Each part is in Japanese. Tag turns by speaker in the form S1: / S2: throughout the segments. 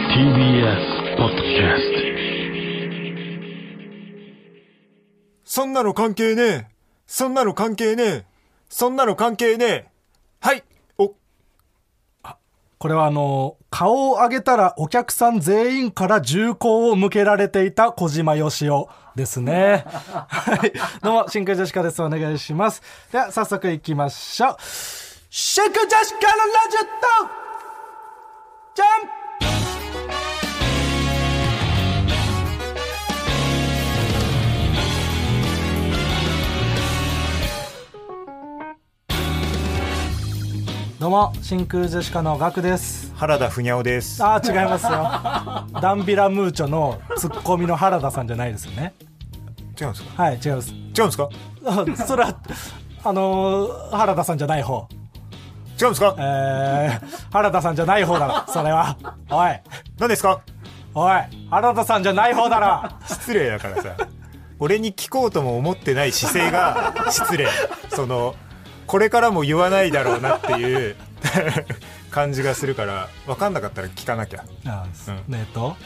S1: TBS ポッドキャスト
S2: そんなの関係ねえ。そんなの関係ねえ。そんなの関係ねえ。はい。お、
S3: これはあの、顔を上げたらお客さん全員から銃口を向けられていた小島よしおですね。はい。どうも、真空ジェシカです。お願いします。では、早速行きましょう。真空ジェシカのラジオとジャンプどうも、真空ジェシカのガクです。
S2: 原田ふにゃおです。
S3: ああ、違いますよ。ダンビラムーチョのツッコミの原田さんじゃないですよね。
S2: 違うんですか
S3: はい、違います。
S2: 違うんですか
S3: あ それは、あのー原田さんじゃない方。
S2: 違うんですか
S3: えー、原田さんじゃない方だろ、それは。おい、
S2: 何ですか
S3: おい、原田さんじゃない方だろ。
S2: 失礼だから さ。俺に聞こうとも思ってない姿勢が 失礼。その、これからも言わないだろうなっていう 感じがするから、わかんなかったら聞かなきゃ。
S3: あ
S2: うん
S3: ねえっと、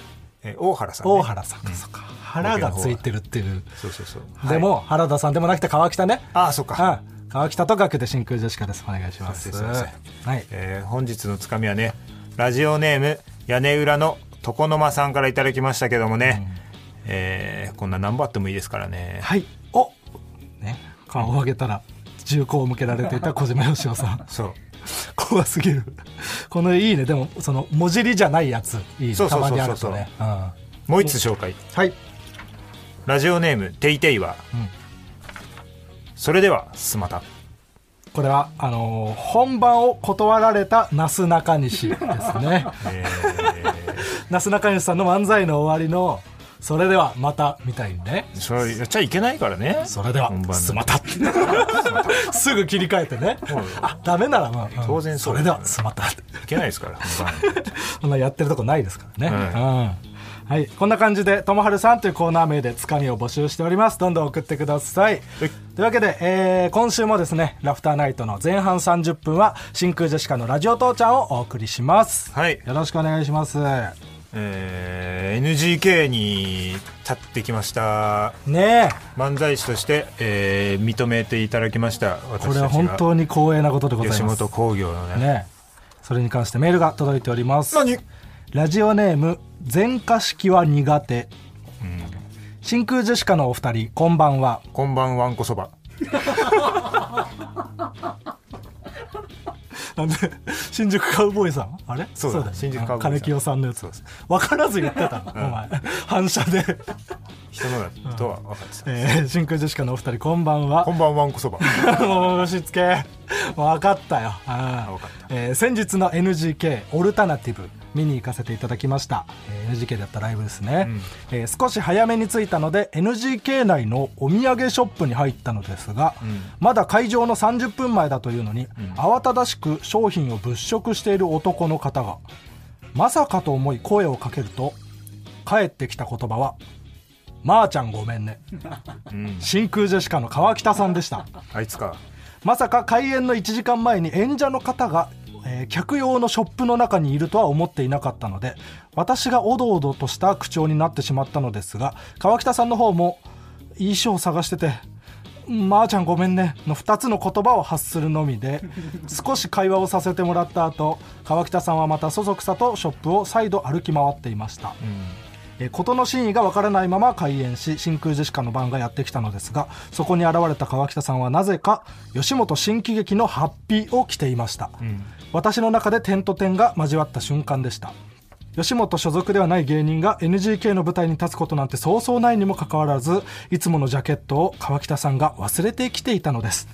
S2: え、大原さん、ね。
S3: 大原さんか、そっか。原がついてるっていう。
S2: そうそうそう。
S3: でも、原田さんでもなくて川北ね。
S2: ああ、そっか。
S3: うん。川北と学で真空ジェシカです。お願いしま
S2: そ
S3: す。
S2: うですそうです
S3: はい。
S2: えー本日のつかみはねラジオネーム屋根裏の床の間さんからいただきましたけどもね、えーこんな何番あってもいいですからね、
S3: はい。おね、顔を上げたら、銃口を向けら れていた小島よしおさん。
S2: そう
S3: 怖すぎるこのいいねでもその文字りじゃないやついいね
S2: そうそ
S3: た
S2: うそうそう
S3: まにあるとね、うん、は
S2: もう一つ紹介
S3: い
S2: ラジオネームていていは、
S3: ん
S2: それではすまた
S3: これはあのー本番を断られたなすなかにしです ね
S2: え
S3: なすなかにしさんの漫才の終わりの「それではまた」みたいにね
S2: ーそれやっちゃいけないからね
S3: それでは
S2: 本番の
S3: すまた すぐ切り替えてねあダメならまあ、うん
S2: 当然そう
S3: それではすまた
S2: いけないですから本番
S3: そんなやってるとこないですからね、
S2: は
S3: うんはい、こんな感じで「ともはるさん」というコーナー名でつかみを募集しておりますどんどん送ってください
S2: はい
S3: というわけで、えー今週もですね「ラフターナイト」の前半30分は真空ジェシカの「ラジオ父ちゃん」をお送りします、
S2: はい
S3: よろしくお願いしますね
S2: えー NGK に立ってきました
S3: え
S2: 漫才師として、えー認めていただきました私たち
S3: こ
S2: が
S3: れは本当に光栄なことでござい
S2: 吉
S3: ます
S2: 本興業のね
S3: ねえそれに関してメールが届いております
S2: 何
S3: ラジオネーム前科式は苦手、
S2: ん
S3: 真空ジェシカのお二人こんばんは
S2: こんばんわんこそば
S3: なんで新宿カウボーイさんあれ
S2: そうだ新宿カウボーイさん
S3: 金清さんのやつ
S2: うそ
S3: 分からず言ってたのお前反射で、
S2: 人のだとは分かってた、
S3: えー真空ジェシカのお二人こんばんは
S2: こんばんわんこそば
S3: もう押しつけ分かったよあー
S2: 分かった
S3: えー先日の NGK オルタナティブ見に行かせていただきました、えー NGK だったライブですね、えー少し早めに着いたので NGK 内のお土産ショップに入ったのですが、まだ会場の30分前だというのに、慌ただしく商品を物色している男の方がまさかと思い声をかけると返ってきた言葉は「まー、ちゃんごめんね」真空ジェシカの川北さんでした
S2: あいつか
S3: まさか開演の1時間前に演者の方が、えー客用のショップの中にいるとは思っていなかったので私がおどおどとした口調になってしまったのですが川北さんの方も「衣装を探してて」まー、ちゃんごめんねの2つの言葉を発するのみで少し会話をさせてもらった後川北さんはまたそそくさとショップを再度歩き回っていました、えー事の真意がわからないまま開演し真空ジェシカの番がやってきたのですがそこに現れた川北さんはなぜか吉本新喜劇の「ハッピー」を着ていました、私の中で点と点が交わった瞬間でした吉本所属ではない芸人が NGK の舞台に立つことなんてそうそうないにもかかわらずいつものジャケットを川北さんが忘れてきていたのです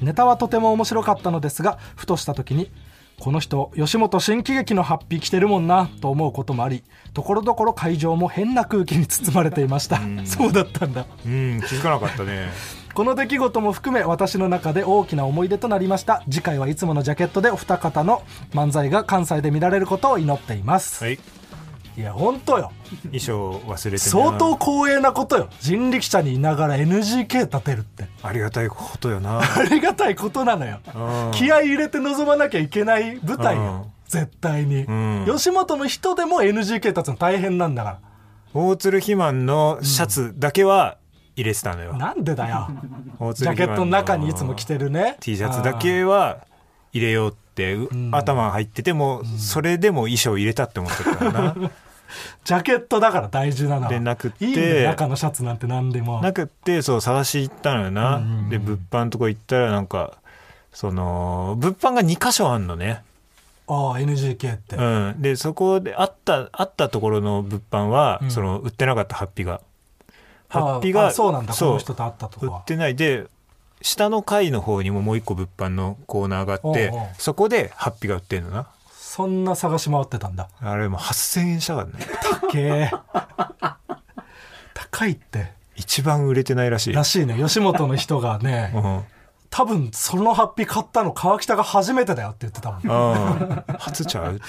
S3: ネタはとても面白かったのですがふとした時にこの人吉本新喜劇のハッピー着てるもんなと思うこともありところどころ会場も変な空気に包まれていました そうだったんだ
S2: うん気づかなかったね
S3: この出来事も含め私の中で大きな思い出となりました次回はいつものジャケットでお二方の漫才が関西で見られることを祈っています、
S2: はい
S3: い、や本当よ
S2: 衣装忘れてたな
S3: 相当光栄なことよ人力車にいながら NGK 立てるって
S2: ありがたいことよな
S3: ありがたいことなのよ
S2: うん
S3: 気合い入れて臨まなきゃいけない舞台
S2: うん
S3: よ絶対に、
S2: ん
S3: 吉本の人でも NGK 立つの大変なんだか
S2: 大鶴肥満のシャツだけは入れてたの
S3: ら
S2: よ、
S3: なんでだよ
S2: 大
S3: ジ
S2: 鶴
S3: ャケ
S2: 肥
S3: ッ
S2: 満
S3: トの中にいつも着て るね
S2: T シャツだけは入れようってう
S3: うん
S2: 頭入っててもそれでも衣装入れたって思ってたからな
S3: ジャケットだから大事なのは
S2: でなくって
S3: いいんだよ中のシャツなんて何でも
S2: なくってそう探し行ったのよな、
S3: うん
S2: で物販のとこ行ったらなんかその物販が2箇所あんのね、
S3: ああ NGK って、
S2: うん、でそこであったあったところの物販は、
S3: うん
S2: その売ってなかったハッピーが
S3: あ
S2: ハッピー
S3: あ
S2: が
S3: そうなんだこ
S2: そう
S3: の人と会ったと
S2: 売
S3: か
S2: ってないで下の階の方にももう一個物販のコーナーがあって
S3: おうおう
S2: そこでハッピーが売ってるのな
S3: そんな探し回ってたんだ
S2: あれもう8000円したからね
S3: け ー高いって
S2: 一番売れてないらしい、う
S3: らしいね吉本の人 がね、
S2: ん
S3: 多分そのハッピー買ったの川北が初めてだよって言ってたもん
S2: ああ初ちゃうって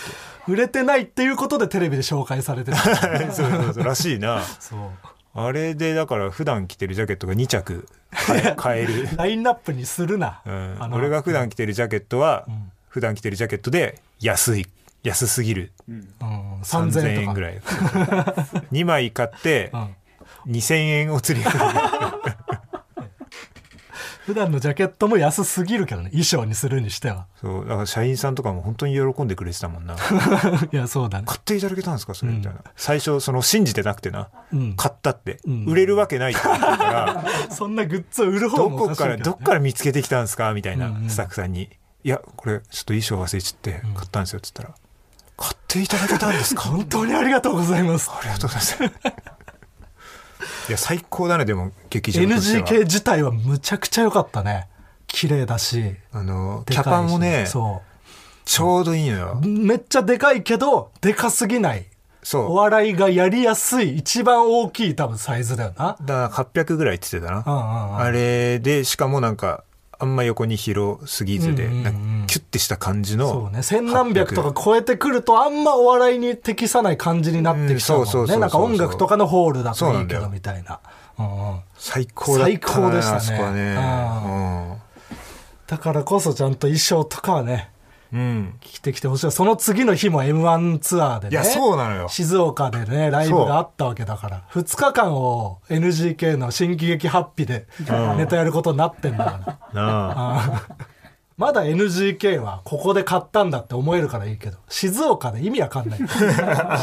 S3: 売れてないっていうことでテレビで紹介されてた
S2: そうそうそうらしいな
S3: そう
S2: あれでだから普段着てるジャケットが2着買え買える、
S3: ラインナップにするな、
S2: うん
S3: あの
S2: 俺が普段着てるジャケットは、
S3: ん
S2: 普段着てるジャケットで安い安すぎる
S3: うん、3000
S2: 3000
S3: 円と
S2: 円
S3: か
S2: ぐらい2 枚買って
S3: うん、
S2: 2000円お釣りが来る
S3: 普段のジャケットも安すぎるけどね衣装にするにしては
S2: そうだから社員さんとかも本当に喜んでくれてたもんな買
S3: いやそうだね
S2: っていただけたんですかそれみたいな、最初その信じてなくてな、
S3: うん
S2: 買ったって、
S3: うん
S2: 売れるわけないって言ってたから
S3: そんなグッズを売る方
S2: ど
S3: もお
S2: こ
S3: しい
S2: か
S3: け
S2: らどっから見つけてきたんですかみたいなスタッフさんに「いやこれちょっと衣装忘れちゃって買ったんですよ」っつったら「買っていただけたんですか?」
S3: 本当にありがとうございます
S2: ありがとうございますいや最高だねでも劇場としては
S3: NGK 自体はむちゃくちゃ良かったね綺麗だし
S2: あの
S3: で
S2: キ
S3: かいし
S2: ャパもね
S3: そ
S2: ちょうどいいのよ、
S3: うめっちゃでかいけどでかすぎないお
S2: そ
S3: 笑いがやりやすい一番大きい多分サイズだよな
S2: うだから800ぐらいって言ってたな、
S3: うんうんうん
S2: あれで、しかもなんか、あんま横に広すぎずで、
S3: うんうんうん
S2: なんかキュッてした感じの。
S3: そうね千何百と
S2: 800
S3: か超えてくるとあんまお笑いに適さない感じになってきちゃう
S2: うんそう
S3: も
S2: んそうそうそ
S3: ね
S2: う
S3: なんか音楽とかのホールだ
S2: そう
S3: と
S2: ない
S3: い
S2: ん
S3: け
S2: だよ
S3: どみたいな、うんうん、
S2: 最高だったな。
S3: 最高でしたね
S2: あそこはね。
S3: だからこそちゃんと衣装とかはね
S2: うん。うん。
S3: 着てきてほしいその次の日も m 1ツアーでね
S2: いや、そうなのよ。
S3: 静岡でねライブがあったわけだから2日間を NGK の「新喜劇ハッピー」でネタやることになってんだから、
S2: なあ。
S3: まだ NGK はここで買ったんだって思えるからいいけど静岡で意味 わかんない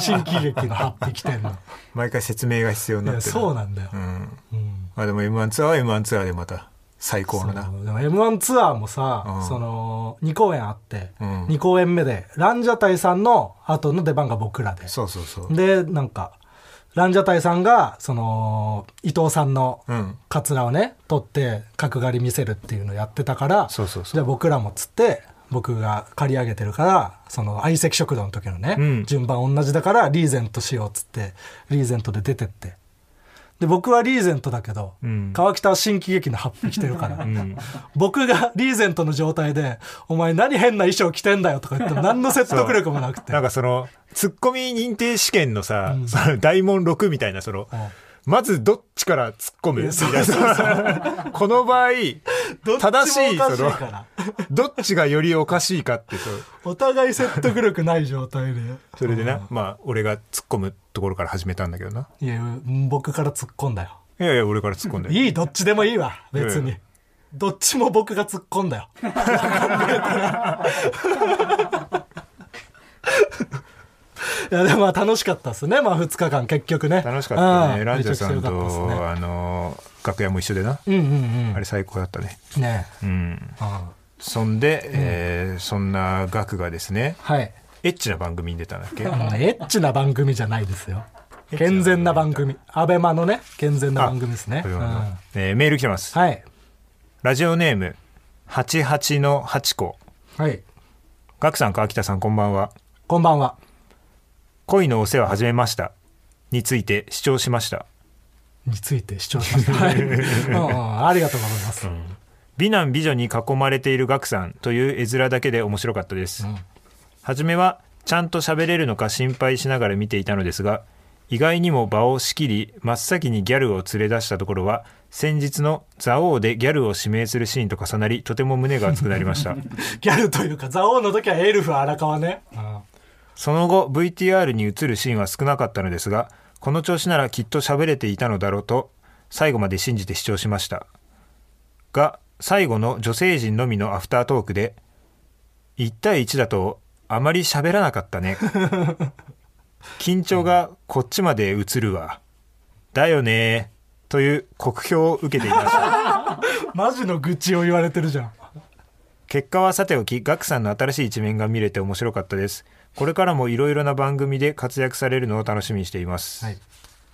S3: 新喜劇のハッピー来てんの
S2: 毎回説明が必要に
S3: い
S2: なっ
S3: や
S2: てる。
S3: そうなんだよ、
S2: うん。
S3: うん
S2: まあでも M1 ツアーは M1 ツアーでまた、最高
S3: そう
S2: の
S3: で
S2: な。
S3: も m 1ツアーもさ、
S2: うん
S3: その2公演あって、
S2: うん
S3: 2公演目でランジャタイさんの後の出番が僕らで
S2: そうそうそう。
S3: でなんかランジャタイさんがその伊藤さんの
S2: うん。
S3: カツラをね取って角刈り見せるっていうのをやってたから
S2: そうそうそう
S3: じゃあ僕らもつって僕が借り上げてるからその相席食堂の時のね、
S2: うん
S3: 順番同じだからリーゼントしようっつってリーゼントで出てってで僕はリーゼントだけど、
S2: うん
S3: 川北は新喜劇の発表着てるから、
S2: ん
S3: 僕がリーゼントの状態で「お前何変な衣装着てんだよ」とか言っても何の説得力もなくて
S2: なんかその、ツッコミ認定試験のさ、その大問6みたいな、その、
S3: うん
S2: まずどっちから突っ込むみたいな この場合、正しい、
S3: どっち
S2: そ
S3: も
S2: の
S3: おかしいから、
S2: どっちがよりおかしいかって、そう
S3: お互い説得力ない状態で
S2: それでな、まあ、俺が突っ込むところから始めたんだけどな。
S3: いや僕から突っ込んだよ
S2: いやいや、俺から突っ込んで。
S3: いいどっちでもいいわ別に、
S2: え
S3: どっちも僕が突っ込ん だよいやでもまあ楽しかったですねまあ2日間結局ね
S2: 楽しかった
S3: う
S2: ね。ランジャさん
S3: めちゃくちゃ良かったっす
S2: と、
S3: ね
S2: あの、楽屋も一緒でな。
S3: うんうん
S2: あれ最高だったね。
S3: うんね
S2: うん。
S3: えうん
S2: そんで、えーそんな額がですね、
S3: はい
S2: エッチな番組に出たんだっけ
S3: あのねエッチな番組じゃないですよ
S2: エッチな番組
S3: 健全な番組アベマのね健全な番組ですね、
S2: そううんいうの
S3: は
S2: えーメール来てます。
S3: い
S2: ラジオネーム、88の8個。
S3: はい
S2: ガクさん、川北さん、こんばんは。
S3: こんばんは
S2: 恋のお世話始めました。について視聴しました。
S3: について主張し ました。はいうんうんありがとうございます。
S2: 美男美女に囲まれているガクさんという絵面だけで面白かったです。初めは、ちゃんと喋れるのか心配しながら見ていたのですが、意外にも場を仕切り、真っ先にギャルを連れ出したところは、先日の蔵王でギャルを指名するシーンと重なりとても胸が熱くなりました
S3: ギャルというか蔵王の時はエルフ荒川ね、うん
S2: その後 VTR に映るシーンは少なかったのですがこの調子ならきっと喋れていたのだろうと最後まで信じて視聴しましたが最後の女性陣のみのアフタートークで1対1だとあまり喋らなかったね緊張がこっちまで映るわだよねという酷評を受けていました
S3: マジの愚痴を言われてるじゃん
S2: 結果はさておきガクさんの新しい一面が見れて面白かったですこれからもいろいろな番組で活躍されるのを楽しみにしています、
S3: はい、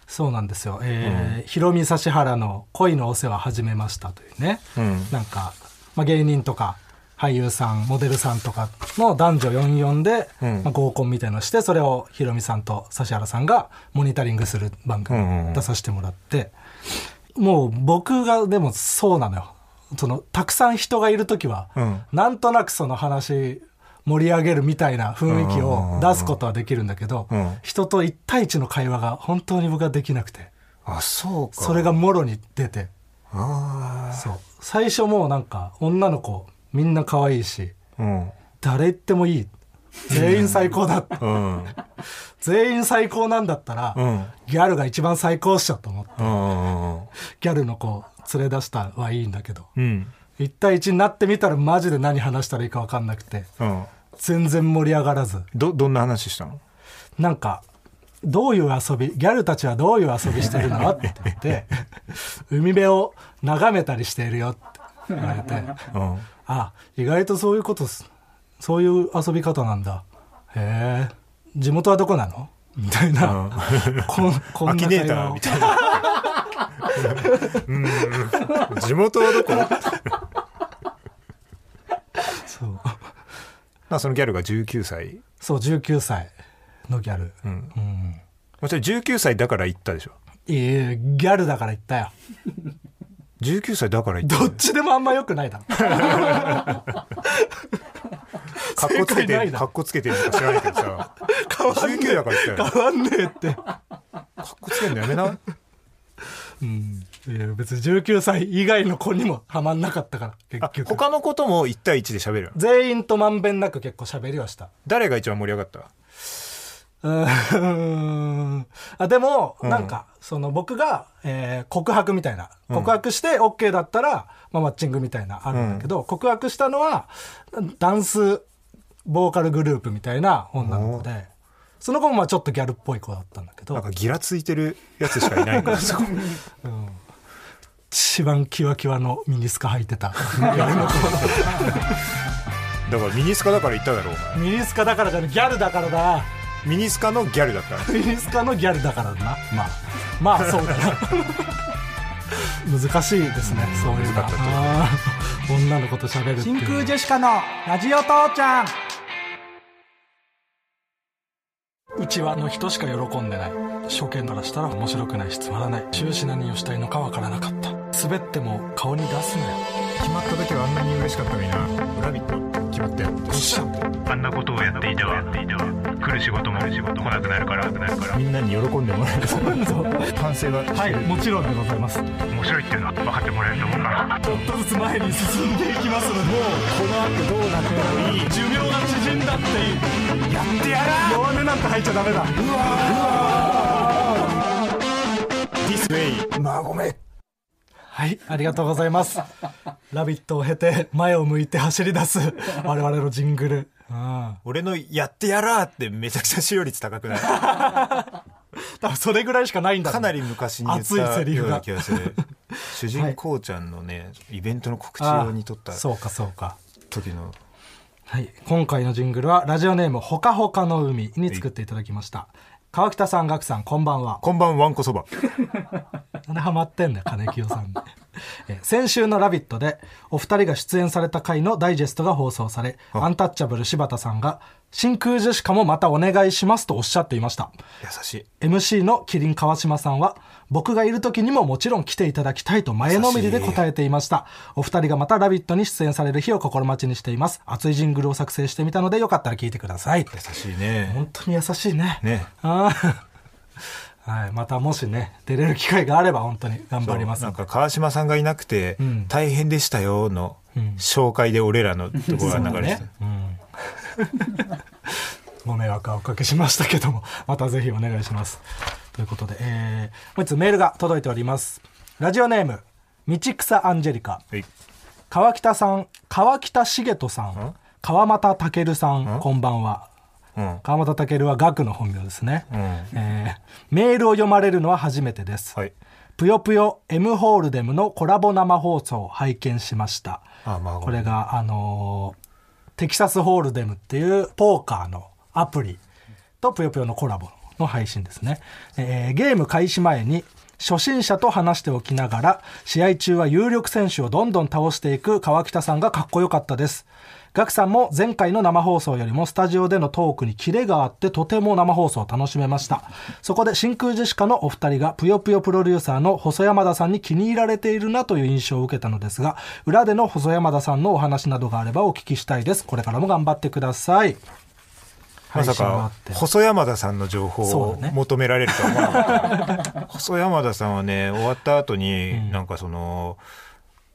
S3: そうなんですよ、えーひろみ指原の「恋のお世話始めました」というね、
S2: うん
S3: なんか、まあ、芸人とか俳優さんモデルさんとかの男女44で、
S2: うん
S3: まあ、合コンみたいのをしてそれをひろみさんと指原さんがモニタリングする番
S2: うんうん
S3: 組出させてもらって、もう僕がでもそうなのよそのたくさん人がいる時は、
S2: うん
S3: なんとなくその話盛り上げるみたいな雰囲気を出すことはできるんだけど、
S2: うん
S3: 人と1対1の会話が本当に僕はできなくて
S2: あそうか
S3: それがもろに出て
S2: あ
S3: そう最初もうなんか女の子みんな可愛いし
S2: あうん
S3: 誰言ってもいい全員最高だ
S2: うん
S3: 全員最高なんだったら、
S2: うん
S3: ギャルが一番最高っしょと思って
S2: うん
S3: ギャルの子を連れ出したはいいんだけど
S2: うん
S3: 1対1になってみたらマジで何話したらいいか分かんなくて
S2: うん
S3: 全然盛り上がらず
S2: どどんな話したの
S3: なんかどういう遊びギャルたちはどういう遊びしてるのって 言って海辺を眺めたりしているよって言われて
S2: うん
S3: あ意外とそういうことすそういう遊び方なんだへえ地元はどこなのみたいな、こんこ
S2: ア
S3: ん
S2: キ
S3: な
S2: ネ
S3: 会
S2: ーター
S3: 話を
S2: みたいなうん地元はどこ
S3: そう
S2: まあそのギャルが19歳
S3: そう19歳のギャル、
S2: うん
S3: うん
S2: もちろん19歳だから行ったでしょ
S3: いいえギャルだから言ったよ
S2: 19歳だから行った
S3: どっちでもあんま良くないだろ
S2: かっこつけ
S3: 正解な
S2: て
S3: いな
S2: かっこつけてるのか知らないけど さ19だから行ったよ
S3: 変わんねえって
S2: かっこつけるのやめな
S3: うんいや別に19歳以外の子にもハマんなかったから
S2: あ
S3: 結局
S2: 他のことも1対1で喋るの
S3: 全員とまんべんなく結構喋りはした
S2: 誰が一番盛り上がった
S3: うーんあでも、なんかその僕が、えー告白みたいな告白して OK だったら、まあ、マッチングみたいなあるんだけど、告白したのはダンスボーカルグループみたいな女の子でその子もまあちょっとギャルっぽい子だったんだけ
S2: なん
S3: ど
S2: かギラついてるやつしかいないから
S3: 一番キワキワのミニスカ履 いてた
S2: だからミニスカだから行っただろうお前
S3: ミニスカだからじゃないギャルだからだ
S2: ミニスカのギャルだった
S3: ミニスカのギャルだからだなまあまあそうだな 難しいですねそうい
S2: 難し
S3: うの
S2: かったと
S3: あー女の子と喋るっていう
S4: 真空ジェシカのラジオ父ちゃん
S3: うちわの人しか喜んでない初見からしたら面白くないしつまらない終始何をしたいのかわからなかった滑っても顔に出すなよ
S2: 決まった時はあんなに嬉しかったのにな「ラビット!」決まって
S3: どうしたん
S5: あんなことをやっていたわ来る仕事も来なくなるから
S2: みんなに喜んでもらえる完成がは
S3: もちろんでございます
S5: 面白いっていうのは分かってもらえると思うから
S3: ちょっとずつ前に進んでいきますのでもうこの後どうなってもいい寿命が縮んだってやってやら弱音なんて入っちゃダメだ
S2: ディスウェイまあごめん
S3: はい、ありがとうございます。ラビットを経て、前を向いて走り出す、我々のジングル。うん。
S2: 俺の「やってやら!」ってめちゃくちゃ使用率高く ない
S3: 多分それぐらいしかないんだ、
S2: かなり昔に言っ
S3: 熱い
S2: た
S3: セリ
S2: よ
S3: フ
S2: う
S3: が
S2: な気がする主人公ちゃんのねイベントの告知用に撮った
S3: あそうか、そうか。
S2: 時の
S3: はい、今回のジングルは、ラジオネーム、ほかほかの海に作っていただきました。川北さん、ガクさん、こんばん
S2: 「
S3: は。
S2: こんばんわんこそば」
S3: なんでハマってんだよ、金清さんに。え先週の「ラビット!」でお二人が出演された回のダイジェストが放送されアンタッチャブル柴田さんが「真空ジェシカもまたお願いします」とおっしゃっていました
S2: 優しい
S3: MC の麒麟川島さんは僕がいる時にももちろん来ていただきたいと前のめりで答えていましたお二人がまた「ラビット!」に出演される日を心待ちにしています熱いジングルを作成してみたのでよかったら聞いてください
S2: 優しいね
S3: 本当に優しいね
S2: ね
S3: あー はい、またもしね出れる機会があれば本当に頑張ります
S2: なんか川島さんがいなくて
S3: うん
S2: 大変でしたよの
S3: うん
S2: 紹介で俺らのところが流れてた
S3: うんご迷惑はおかけしましたけども またぜひお願いしますということで、えー、もう一つメールが届いておりますラジオネーム道草アンジェリカ
S2: はい
S3: 川北さん川北茂人さん川又健さん
S2: ん
S3: こんばんは
S2: うん
S3: 川又健は学の本名ですね、
S2: うん
S3: えーメールを読まれるのは初めてです、
S2: はい
S3: ぷよぷよ M ホールデムのコラボ生放送を拝見しました
S2: あまあ
S3: これがあのーテキサスホールデムっていうポーカーのアプリとぷよぷよのコラボの配信ですね、えーゲーム開始前に初心者と話しておきながら試合中は有力選手をどんどん倒していく川北さんがかっこよかったですガクさんも前回の生放送よりもスタジオでのトークにキレがあってとても生放送を楽しめましたそこで真空ジェシカのお二人がぷよぷよプロデューサーの細山田さんに気に入られているなという印象を受けたのですが裏での細山田さんのお話などがあればお聞きしたいですこれからも頑張ってください
S2: まさ
S3: 配信があ
S2: か
S3: って
S2: 細山田さんの情報
S3: そう
S2: を
S3: だね
S2: 求められるとは思わなか った、細山田さんはね終わった後に、なんかその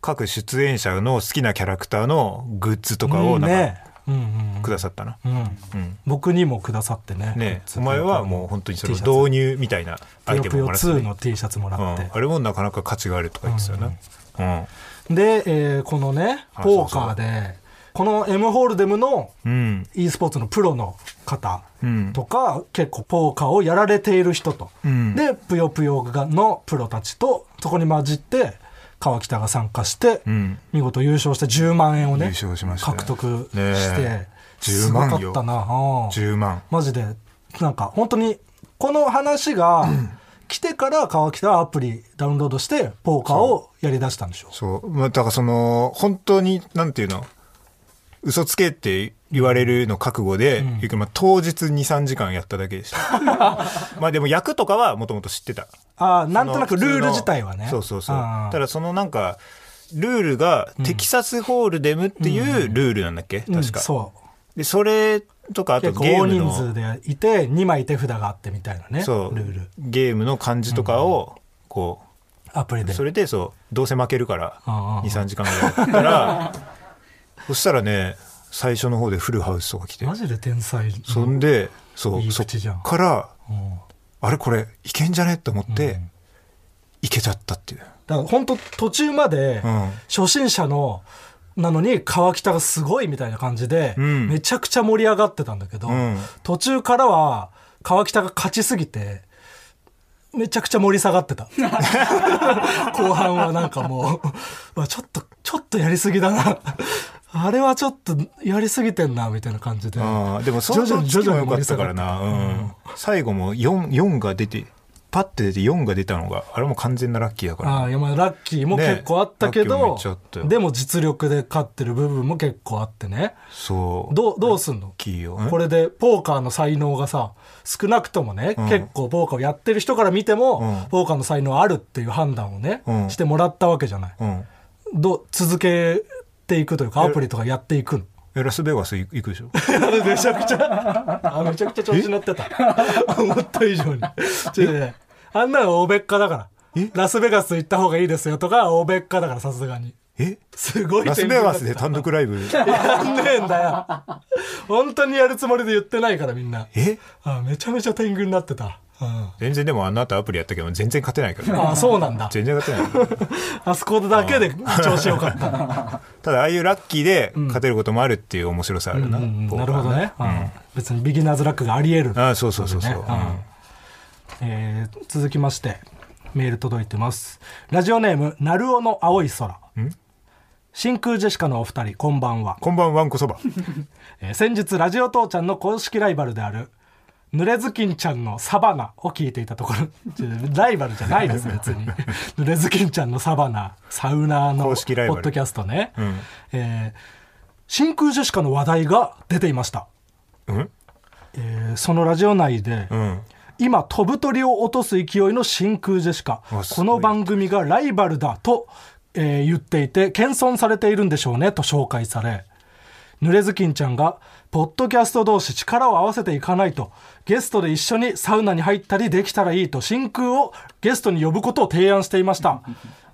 S2: 各出演者の好きなキャラクターのグッズとかを
S3: うん
S2: なん
S3: ね
S2: か
S3: うんうん
S2: くださったな、
S3: うん、
S2: うん
S3: 僕にもくださってね
S2: ね
S3: グッズ
S2: お前はもう本当にその
S3: T シャツ
S2: 導入みたいなア
S3: ぷ
S2: イ
S3: よ
S2: テ
S3: ぷ
S2: ムをも
S3: よ
S2: らってた
S3: 2
S2: ね
S3: の T シャツもら
S2: うん
S3: って、
S2: あれもなかなか価値があるとか言ってたよな、うん
S3: で、えーこのね
S2: あ
S3: ポーカーでこの M ホールデムの
S2: うん
S3: e スポーツのプロの方
S2: うん
S3: とか、結構ポーカーをやられている人と、
S2: ん
S3: でぷよぷよがのプロたちとそこに混じって川北が参加して、
S2: うん
S3: 見事優勝して10万円をね
S2: 優勝しましたね
S3: 獲得
S2: ね
S3: して、
S2: え
S3: す
S2: 10
S3: ご
S2: 万
S3: か
S2: よ
S3: ったな、うん
S2: 10万
S3: マジでなんか本当にこの話が来てから川北はアプリダウンロードしてポーカーをやりだしたんでしょ
S2: そう。まあ、だからその、本当に、なんていうの、嘘つけって言われるの覚悟で、結局まあ、当日2、3時間やっただけでした。 まあでも役とかはもともと知ってた。
S3: ああなんとなく
S2: その
S3: ル
S2: 普通
S3: ール
S2: の
S3: 自体はね
S2: そうそうそう。
S3: ああ
S2: ただそのなんか、ルールがテキサスホールデムっていうルールなんだっけ、
S3: うん
S2: 確か、
S3: そう
S2: で、それとか、あと
S3: 結構
S2: ゲー
S3: 大
S2: ム
S3: 人
S2: の
S3: 数、でいて2枚手札があってみたいなね
S2: そう
S3: ルール
S2: ゲームの感じとかを、こう、
S3: アプリで
S2: それでそうどうせ負けるから
S3: ああ
S2: 23時間ぐらいやったら そしたらね最初の方でフルハウスとか来て
S3: マジで天才
S2: そんでそう
S3: いい
S2: そっ
S3: 口じゃん
S2: から
S3: うん
S2: あれこれいけんじゃねと思って、いけちゃったっていう、
S3: だから本当途中まで
S2: うん
S3: 初心者のなのに川北がすごいみたいな感じで
S2: うん
S3: めちゃくちゃ盛り上がってたんだけど、
S2: うん
S3: 途中からは川北が勝ちすぎてめちゃくちゃ盛り下 がってた後半はなんかもううわちょっとちょっとやりすぎだなあれはちょっとやりすぎてんなみたいな感じで
S2: ああでもその
S3: 徐々に
S2: 時も
S3: 徐々
S2: よ
S3: に
S2: かったからな、うん、最後も 4, 4が出てパッて出て4が出たのがあれも完全なラッキーだから
S3: ああいやまあラッキーも結構あったけ
S2: ねラッキーもめ
S3: ど
S2: っちゃあったよ
S3: でも実力で勝ってる部分も結構あってね
S2: そう
S3: どうどうすん
S2: ラ
S3: の
S2: ッキーようん
S3: これでポーカーの才能がさ少なくともね、
S2: うん
S3: 結構ポーカーをやってる人から見ても、
S2: うん
S3: ポーカーの才能あるっていう判断をね、
S2: うん
S3: してもらったわけじゃない、
S2: うん
S3: どう続けていくというか
S2: え
S3: アプリとかやってい くの
S2: えラスベガス行くでし ょ
S3: めちゃくちゃ あめちゃくちゃ調子乗ってた思った以上にちょねあんなの欧べっかだからラスベガス行った方がいいですよとか欧べっかだからさすがに
S2: え
S3: すごい
S2: ラスベガスで単独ライ ブ
S3: やんねえんだよ本当にやるつもりで言ってないからみんな
S2: え
S3: あめちゃめちゃ天狗になってた、うん
S2: 全然でもあの後アプリやったけど全然勝てないから ね
S3: あそうなんだ
S2: 全然勝てない
S3: あそこだけで調子よかった、
S2: ただああいうラッキーで勝てることもあるっていう面白さあるな、
S3: うん
S2: ポーカ
S3: な
S2: ー
S3: るほどね、うん別にビギナーズラックがあり得る
S2: ああそうそうそうそう、
S3: ねうんえー続きましてメール届いてますラジオネームなるおの青い空真空ジェシカのお二人こんばんは
S2: こんばんわんこそば
S3: えー先日ラジオ父ちゃんの公式ライバルである濡れずきんちゃんのサバナを聞いていたところ ちょライバルじゃない です別に濡れずきんちゃんのサバナサウナーのポ
S2: 公式ライバル
S3: ッドキャストね、
S2: ん
S3: えー真空ジェシカの話題が出ていました、
S2: うん
S3: えーそのラジオ内で、
S2: うん
S3: 今飛ぶ鳥を落とす勢いの真空ジェシカ
S2: わす
S3: こ
S2: ごい
S3: の番組がライバルだと、えー言っていて謙遜されているんでしょうねと紹介され濡れずきんちゃんが、ポッドキャスト同士力を合わせていかないと、ゲストで一緒にサウナに入ったりできたらいいと、真空をゲストに呼ぶことを提案していました。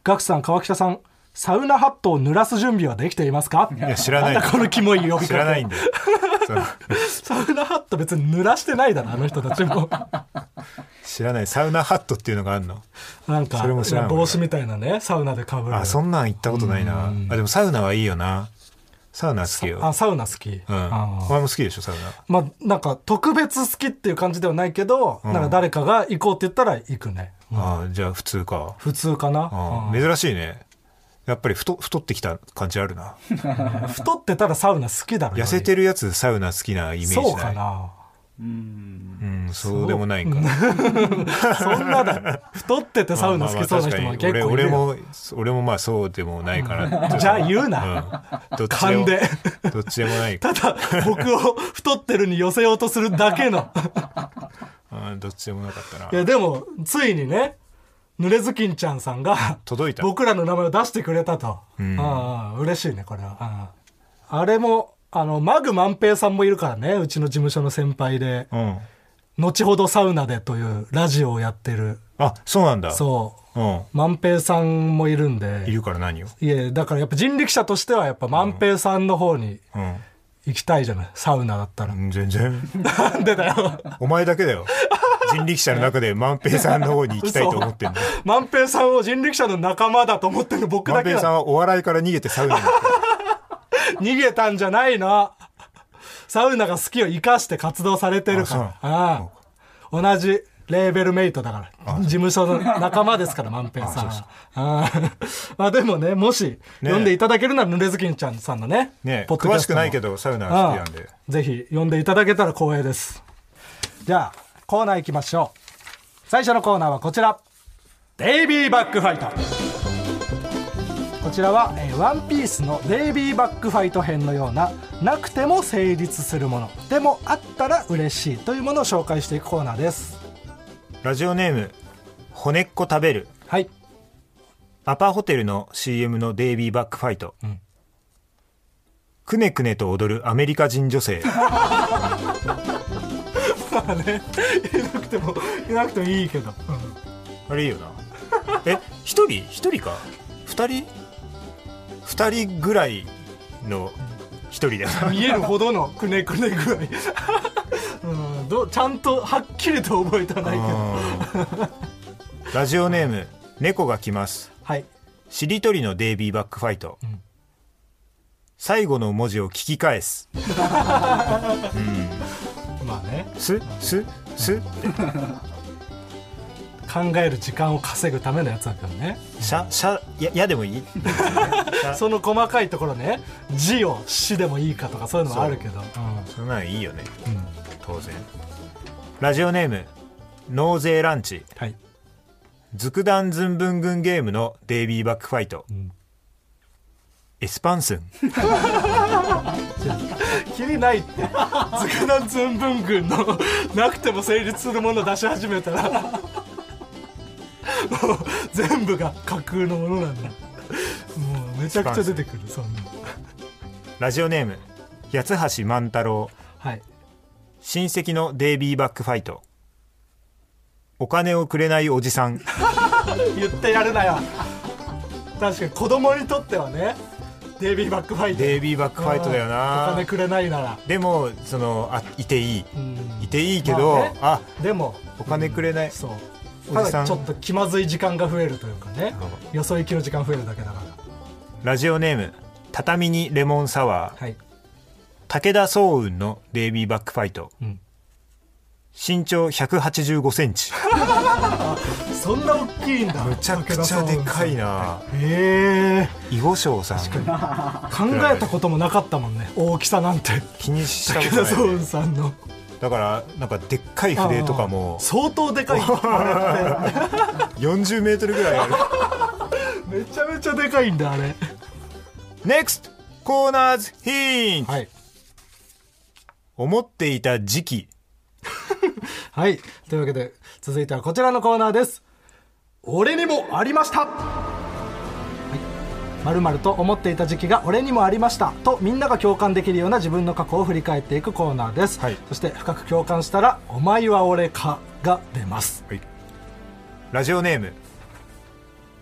S3: ガクさん、川北さん、サウナハットを濡らす準備はできていますかい
S2: や知らない
S3: このキモい呼び方
S2: 知ら ないんでその
S3: サウナハット別に濡らしてないだろ、あの人たち も。
S2: 知らないサウナハットっていうのがあるの
S3: なんか、
S2: それも知らんわ
S3: 帽子みたいなね、サウナでかぶる。
S2: あそんなん行ったことないなあでもサウナはいいよなサウナ好きよ
S3: あサウナ好き。
S2: うん
S3: あ
S2: お前も好きでしょサウナ
S3: まあ、なんか、特別好きっていう感じではないけど、なんか誰かが行こうって言ったら行くね。
S2: あーじゃあ普通か
S3: 普通かな。
S2: あー
S3: うん
S2: 珍しいねやっぱり太太ってきた感じあるな
S3: 太ってたらサウナ好きだろ。
S2: 痩せてるやつサウナ好きなイメージない
S3: そうかな。
S2: うんそうでもないんか
S3: そんなだ。太っててサウナ好きそうな
S2: ま
S3: 人
S2: あま
S3: も
S2: あ確
S3: 結
S2: かに
S3: 構いる
S2: 俺俺
S3: よ。
S2: も俺もまあそうでもないから
S3: じゃあ言うな。
S2: うんどっち
S3: 勘
S2: も
S3: で
S2: どっちでもない
S3: ただ、僕を太ってるに寄せようとするだ けの。
S2: うんどっちでもなかったない
S3: や、でも、ついにね、濡れずきんちゃんさんが、
S2: 届いた
S3: 僕らの名前を出してくれたと。
S2: ん
S3: ああ、嬉しいね、これは。うんあれも、あの、マグ万平さんもいるからね、うちの事務所の先輩で、
S2: うん
S3: 後ほどサウナでというラジオをやってる。
S2: あそうなんだ
S3: そうう。万平さんもいるん
S2: んい
S3: で。
S2: るから何を
S3: いや、だからやっぱ人力車としては、やっぱ万平さんの方に
S2: うん
S3: 行きたいじゃない、サウナだったら
S2: う。ん全然
S3: なんでだよ。
S2: お前だけだよ人力車の中で万平さんの方に行きたいと思ってんの
S3: 嘘万平さんを人力車の仲間だと思ってる僕
S2: 万
S3: だけ
S2: 平さん
S3: だ
S2: はお笑いから逃げてサウナに行っ
S3: 逃げたんじゃないのサウナが好きを生かして活動されてるからああ同じレーベルメイトだから事務所の仲間ですから万平さんああまあでもねもし
S2: え
S3: 読んでいただけるならぬれずきんちゃんさんのね
S2: たねえ
S3: ポッドキャ
S2: 詳
S3: ス
S2: し
S3: ト
S2: く
S3: も
S2: ないけどサウナが好きなんで
S3: ああぜひ読んでいただけたら光栄ですじゃあコーナー行きましょう最初のコーナーはこちらデイビーバックファイトこちらは、えーワンピースのデイビーバックファイト編のようななくても成立するものでもあったら嬉しいというものを紹介していくコーナーです
S2: ラジオネーム骨っこ食べる
S3: はい
S2: アパホテルの CM のデイビーバックファイト、くねくねと踊るアメリカ人女性
S3: まあねいなくてもいなくてもいいけど、
S2: あれいいよなえ一人一人か二人二人ぐらいの一人だよ な
S3: 見えるほどのくねくね具 合うんどうちゃんとはっきりと覚えてはないけ
S2: う
S3: ど
S2: んラジオネーム猫が来ます
S3: はい
S2: しりとりのデイビーバックファイト、最後の文字を聞き返す
S3: まあね
S2: すすすって
S3: 考える時間を稼ぐためのやつだけどね
S2: しゃしゃややでもいい
S3: その細かいところね字を「死」でもいいかとかそういうのもあるけど、うん
S2: そんなのいいよね、当然ラジオネーム納税ランチ
S3: はい
S2: ズクダンズンブングンゲームのデイビーバックファイト、エスパンスン
S3: きりないって図鑑南寸文軍のなくても成立するもの出し始めたらもう全部が架空のものなんだもうめちゃくちゃ出てくるそんな
S2: ラジオネーム八橋万太郎
S3: はい
S2: 親戚のデイビーバックファイトお金をくれないおじさん
S3: 言ってやるなよ確かに子供にとってはねデイビーバックファイト
S2: デイビーバックファイトだよ
S3: うんお金
S2: な
S3: くれないなら
S2: でもそのあいていい
S3: ん
S2: いていいけど、
S3: まあ
S2: あ,、
S3: ねでも
S2: お金くれない、
S3: そう
S2: お
S3: た
S2: じさ
S3: だ
S2: ん
S3: ちょっと気まずい時間が増えるというかねよそ行きの時間増えるだけだから
S2: ラジオネーム畳にレモンサワー、
S3: はい
S2: 武田総雲のデイビーバックファイト、
S3: ん
S2: 身長185センチ
S3: そんな大きいんだ
S2: むちゃくちゃでかいな
S3: へえ
S2: 囲碁将さん
S3: 考えたこともなかったもんね大きさなんて
S2: 気にした
S3: 武
S2: こと
S3: 田
S2: ない
S3: 壮
S2: ね、
S3: 雲さんの
S2: だからなんかでっかい筆とか
S3: あ
S2: も
S3: ー相当でかいあれっ
S2: 40メートルぐらいある
S3: て めちゃめちゃでかいんだあれ
S2: NEXT コーナーズヒント、
S3: はい
S2: 思っていた時期
S3: はいというわけで続いてはこちらのコーナーです俺にもありましたはい〇〇と思っていた時期が俺にもありましたとみんなが共感できるような自分の過去を振り返っていくコーナーです、
S2: はい
S3: そして深く共感したら「お前は俺か」が出ます
S2: はいラジオネーム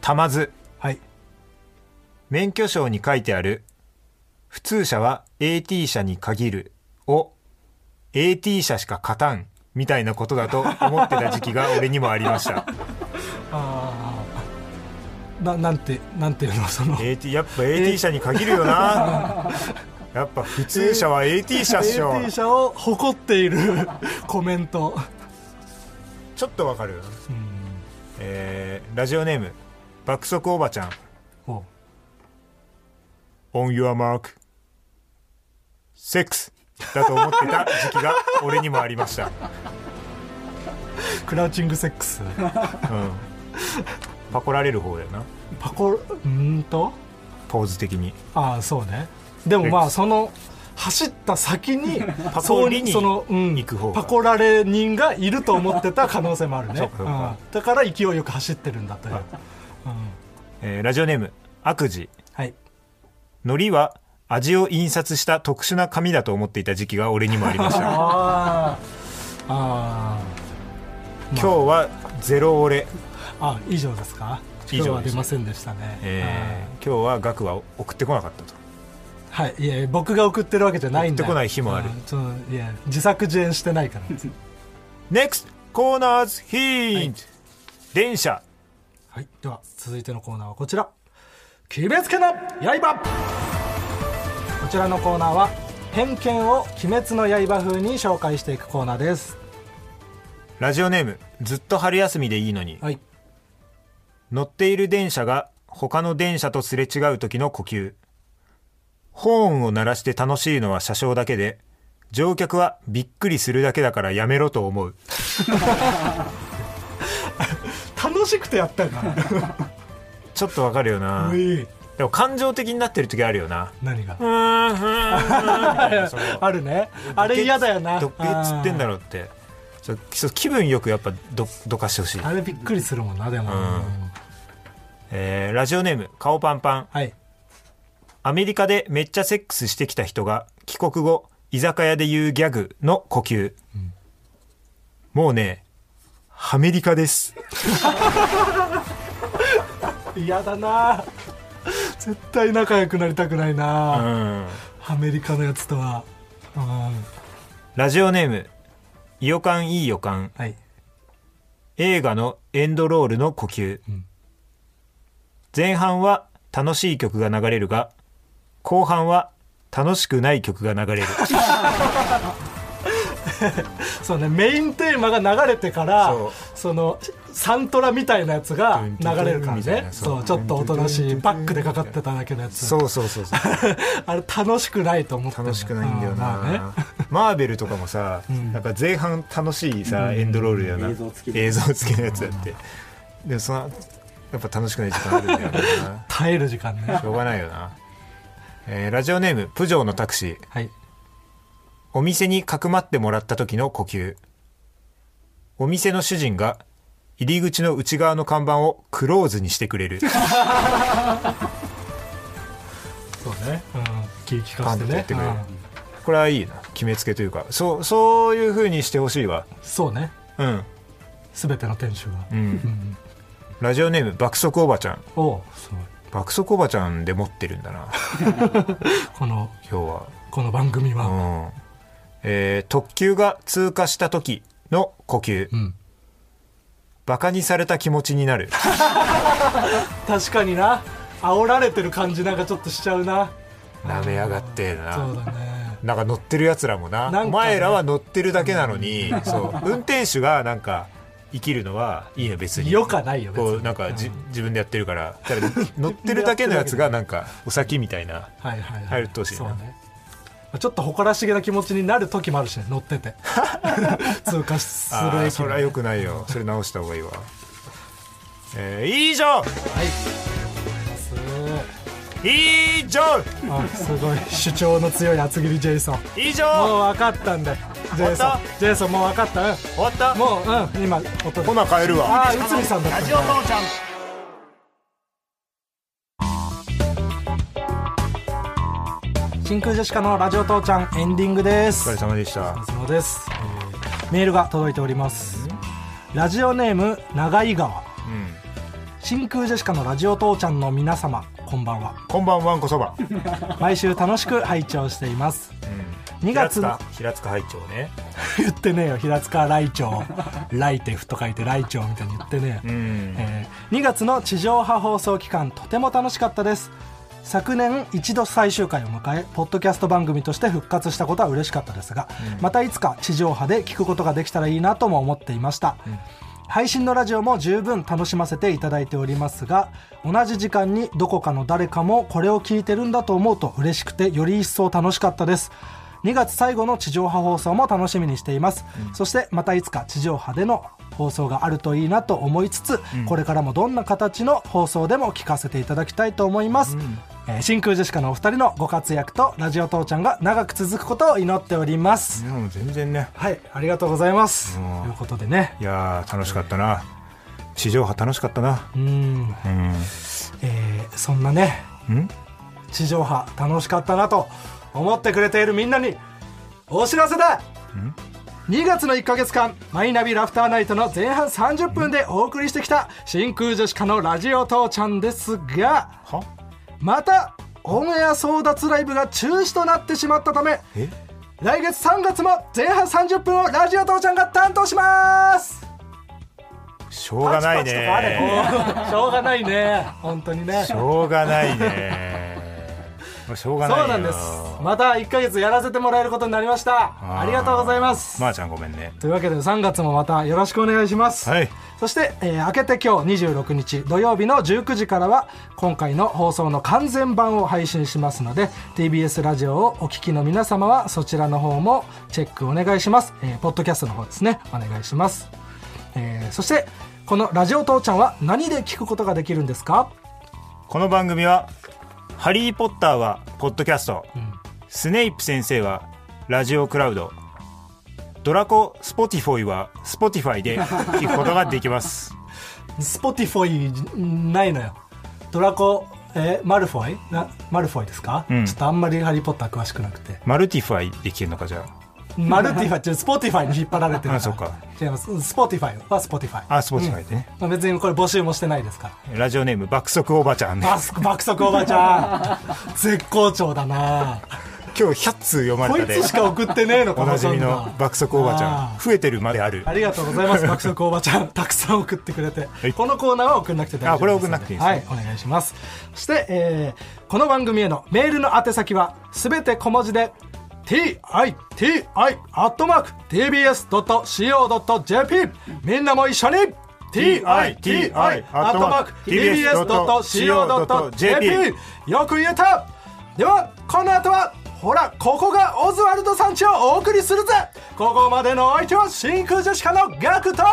S2: たまず
S3: はい
S2: 免許証に書いてある「普通車は AT 車に限る」を「AT 車しか勝たん」みたいなことだと思ってた時期が俺にもありました
S3: ななんてなんていうのその
S2: AT やっぱ AT 車に限るよなやっぱ普通車は AT 車っしょ
S3: AT 社を誇っている コメント
S2: ちょっとわかるよなえーラジオネーム爆速おばちゃん
S3: お
S2: On your mark セックスだと思ってた時期が俺にもありました
S3: クラウチングセックス
S2: うんパコられる方だよな
S3: パコ うーんと
S2: ポーズ的に
S3: ああそうねでもまあその走った 先に
S2: パコリに
S3: そうその、うん、
S2: 行く方が
S3: パコられ人がいると思ってた可能性もあるね
S2: そうかそうか
S3: うんだから勢いよく走ってるんだという
S2: えーラジオネーム悪事
S3: はい
S2: のりは味を印刷した特殊な紙だと思っていた時期が俺にもありま した
S3: あーあ
S2: 今日はゼロ俺、
S3: ーあ以上ですか
S2: 以上です
S3: 今日は出ませんでしたね、
S2: えー今日は額は送ってこなかったと
S3: あーはいいや僕が送ってるわけじゃないん
S2: 送って
S3: だ
S2: こない日もある
S3: ちょいや自作自演してないから
S2: NEXT コーナーズヒント、電車
S3: はいでは続いてのコーナーはこちら決めつけの刃こちらのコーナーは偏見を「鬼滅の刃」風に紹介していくコーナーです
S2: ラジオネームずっと春休みでいいのに、
S3: はい
S2: 乗っている電車が他の電車とすれ違う時の呼吸ホーンを鳴らして楽しいのは車掌だけで乗客はびっくりするだけだからやめろと思う
S3: 楽しくてやったんか
S2: ちょっとわかるよな
S3: うい
S2: でも感情的になってる時あるよな
S3: 何が
S2: うーんうーんその
S3: あるねあれ嫌だよな
S2: どっけっつってんだろうってそうそう気分よくやっぱどどかしてほしい
S3: あ、ーあれびっくりするもんなでも、
S2: ん
S3: うん
S2: えーラジオネーム顔パンパン
S3: はい
S2: アメリカでめっちゃセックスしてきた人が帰国後居酒屋で言うギャグの呼吸、もうねアメリカです
S3: 嫌だな絶対仲良くなりたくないな、
S2: うん
S3: アメリカのやつとは、うん、
S2: ラジオネームいよかんいい予感
S3: はい
S2: 映画のエンドロールの呼吸、前半は楽しい曲が流れるが後半は楽しくない曲が流れる
S3: そうねメインテーマが流れてから
S2: そ
S3: そのサントラみたいなやつが流れるから
S2: みたいな
S3: ね
S2: そう
S3: そうちょっとおとなしいバックでかかってただけのやつ
S2: うそうそうそう
S3: あれ楽しくないと思ってんだ
S2: 楽しくないんだよな、
S3: あ ーまあね
S2: マーベルとかもさ、なんか前半楽しいさ、エンドロールだよな
S6: 映像付き
S2: 映像付きのやつだって、でもそのやっぱ楽しくない時間あるんだよな
S3: 耐える時間ね
S2: しょうがないよな、えーラジオネーム「プジョーのタクシー
S3: はい」
S2: お店にかくまってもらった時の呼吸お店の主人が入り口の内側の看板をクローズにしてくれる
S3: そうね、うん、気ぃ利
S2: パ
S3: か
S2: ン
S3: せ
S2: っててや
S3: ね
S2: ってくれる
S3: うん
S2: これはいいな決めつけというかそうそういう風にしてほしいわ
S3: そうね
S2: うん
S3: 全ての店主が、
S2: うんラジオネーム爆速おばちゃん
S3: おうすごい
S2: 爆速おばちゃんで持ってるんだな
S3: この
S2: 今日
S3: この番組は、
S2: は、うんえー特急が通過した時の呼吸、
S3: ん
S2: バカにされた気持ちになる
S3: 確かにな煽られてる感じなんかちょっとしちゃうな
S2: なめやがってえな
S3: そうだね
S2: なんか乗ってるやつらもな
S3: なんかね
S2: お前らは乗ってるだけなのに、そう運転手がなんか生きるのはいいよ別に
S3: よかないよ別に
S2: こうなんかじ、自分でやってるからただ乗ってるだけのやつがなんかお先みたいな
S3: はいはい、はい、
S2: 入るとほしいな
S3: そうねちょっと誇らしげな気持ちになる時もあるしね乗っ てて通過す
S2: あ
S3: る
S2: ー
S3: 駅
S2: それは良くないよそれ直した方がいいわえー、以上
S3: すごい
S2: 以上
S3: あすごい主張の強い厚切りジェイソン
S2: 以
S3: も
S2: 上
S3: う分かったんだよジェイ
S2: 終
S3: ソン
S2: わっ
S3: ジェイソンもう分かったうん
S2: 終わった
S3: もううん今音で
S2: ほな帰るわ
S3: ああ内海さんだったんだ
S2: 父ちゃん
S3: 真空ジェシカのラジオ父ちゃんエンディングで
S2: お疲
S3: す
S2: れ様でした
S3: いつもです、えーメールが届いておりますラジオネーム長井川
S2: うん
S3: 真空ジェシカのラジオ父ちゃんの皆様こんばんは
S2: こんばんわんこそば、うん、
S3: 毎週楽しく拝聴しています2
S2: 平
S3: 月
S2: 塚
S3: の
S2: 平塚拝長ね
S3: 言ってねえよ平塚ライチョウライテフと書いてライチョウみたいに言ってねえよ、
S2: うん
S3: えー2月の地上波放送期間とても楽しかったです昨年一度最終回を迎えポッドキャスト番組として復活したことは嬉しかったですが、またいつか地上波で聞くことができたらいいなとも思っていました、配信のラジオも十分楽しませていただいておりますが同じ時間にどこかの誰かもこれを聞いてるんだと思うと嬉しくてより一層楽しかったです2月最後の地上波放送も楽しみにしています、そしてまたいつか地上波での放送があるといいなと思いつつ、これからもどんな形の放送でも聞かせていただきたいと思います、えー真空ジェシカのお二人のご活躍とラジオ父ちゃんが長く続くことを祈っております、
S2: いやもう全然ね
S3: はいありがとうございます、
S2: うん
S3: ということでね
S2: いやー楽しかったな地上波楽しかったな
S3: うん
S2: うん
S3: えーそんなね
S2: ん
S3: 地上波楽しかったなと思ってくれているみんなにお知らせだ2月の1ヶ月間マイナビラフターナイトの前半30分でお送りしてきた真空ジェシカのラジオ父ちゃんですが
S2: は
S3: またオンエア争奪ライブが中止となってしまったため
S2: え
S3: 来月3月も前半30分をラジオ父ちゃんが担当します
S2: しょうがないね
S3: しょうがないね本当にね
S2: しょうがないねまあしょうがない
S3: そ
S2: よ
S3: うなんですまた1ヶ月やらせてもらえることになりました
S2: ー
S3: ありがとうございます、
S2: まー、ちゃんごめんね
S3: というわけで3月もまたよろしくお願いします、
S2: はい
S3: そして、えー明けて今日26日土曜日の19時からは今回の放送の完全版を配信しますので TBS ラジオをお聞きの皆様はそちらの方もチェックお願いします、えーポッドキャストの方ですねお願いします、えーそしてこの「ラジオ父ちゃん」は何で聞くことができるんですか
S2: この番組は「ハリー・ポッター」はポッドキャスト、スネイプ先生はラジオクラウドドラコ・スポティフォイはスポティファイで聞くことができます
S3: Spotify ないのよドラコ、えーマルフォイなマルフォイですか、
S2: ん
S3: ちょっとあんまり「ハリー・ポッター」詳しくなくて
S2: マルティファイで聞けるのかじゃ
S3: マルテ ィファっていうスポティファイに引っ張られてるら
S2: あそうか
S3: 違いますスポティファイはスポティファイ
S2: ああスポティファイでね、
S3: まあ別にこれ募集もしてないですから
S2: ラジオネーム爆速おばちゃんね
S3: バス爆速おばちゃ ん絶好調だな
S2: 今日100通読ま
S3: こ
S2: れ
S3: い
S2: たで
S3: つしか送ってねえのか
S2: おなじみ
S3: ほと
S2: の
S3: んど
S2: 爆速おばち
S3: あ
S2: ゃん増えてるまである
S3: ーありがとうござ います爆速おばちゃんたくさん送ってくれて、
S2: い
S3: このコーナーは送んなくて大丈夫です
S2: あこれは送んなくていいですね
S3: はいお願いしますそして、えーこの番組へのメールの宛先はすべて小文字で titi.tbs.co.jp みんなも一緒に titi.tbs.co.jp よく言えたではこの後はほらここがオズワルドさんちをお送りするぜここまでのお相手は真空ジェシカのガクト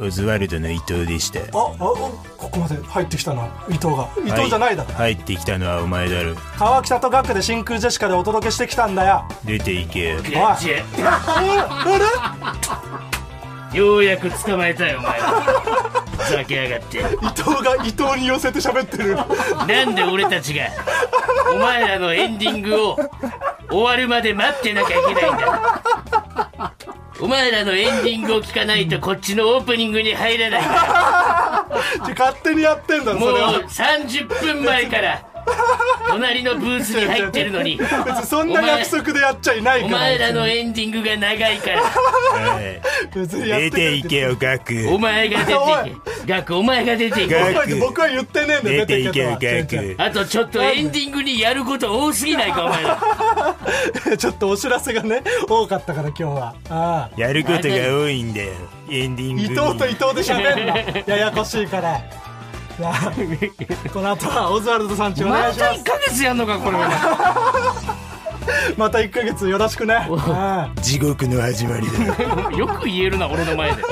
S2: オズワルドの伊藤でした
S3: ああここまで入ってきたな伊藤が伊藤じゃないだろ、
S2: 入ってきたのはお前だろ
S3: 川北とガクで真空ジェシカでお届けしてきたんだよ
S2: 出ていけよ
S3: おいうんうん
S6: ようやく捕まえたよお前はふざけやがって
S3: 伊藤が伊藤に寄せて喋ってる
S6: なんで俺たちがお前らのエンディングを終わるまで待ってなきゃいけないんだお前らのエンディングを聞かないとこっちのオープニングに入らないんだ
S3: 勝手にやってんだろ
S6: も
S3: そうれは
S6: 30分前から隣のブースに入ってるのに
S3: 別にそんな約束でやっちゃいない
S6: お
S3: から
S6: 前らのエンディングが長いから
S3: 別にやっ
S2: 出
S3: てくれ
S2: ていけよガク
S6: お前が出 ていけガクお前が出てい
S3: お
S6: け
S2: ガ
S3: 前僕は言ってねえんだ
S2: 出
S3: よ
S2: てい
S3: 出
S2: け
S3: て
S2: よ
S3: いけとは
S2: ガク
S6: あとちょっとエンディングにやること多すぎないかお前ら
S3: ちょっとお知らせがね多かったから今日はああ
S2: やることが多いんだよエンディング
S3: 伊
S2: に
S3: 藤と伊藤で喋んなややこしいからなあこの後はオズワルドさんちお願
S6: ま
S3: いしま
S6: た1
S3: す
S6: ヶ月やんのかこれ
S3: また1ヶ月よろしくねああ
S2: 地獄の始まりだよ
S6: よく言えるな俺の前で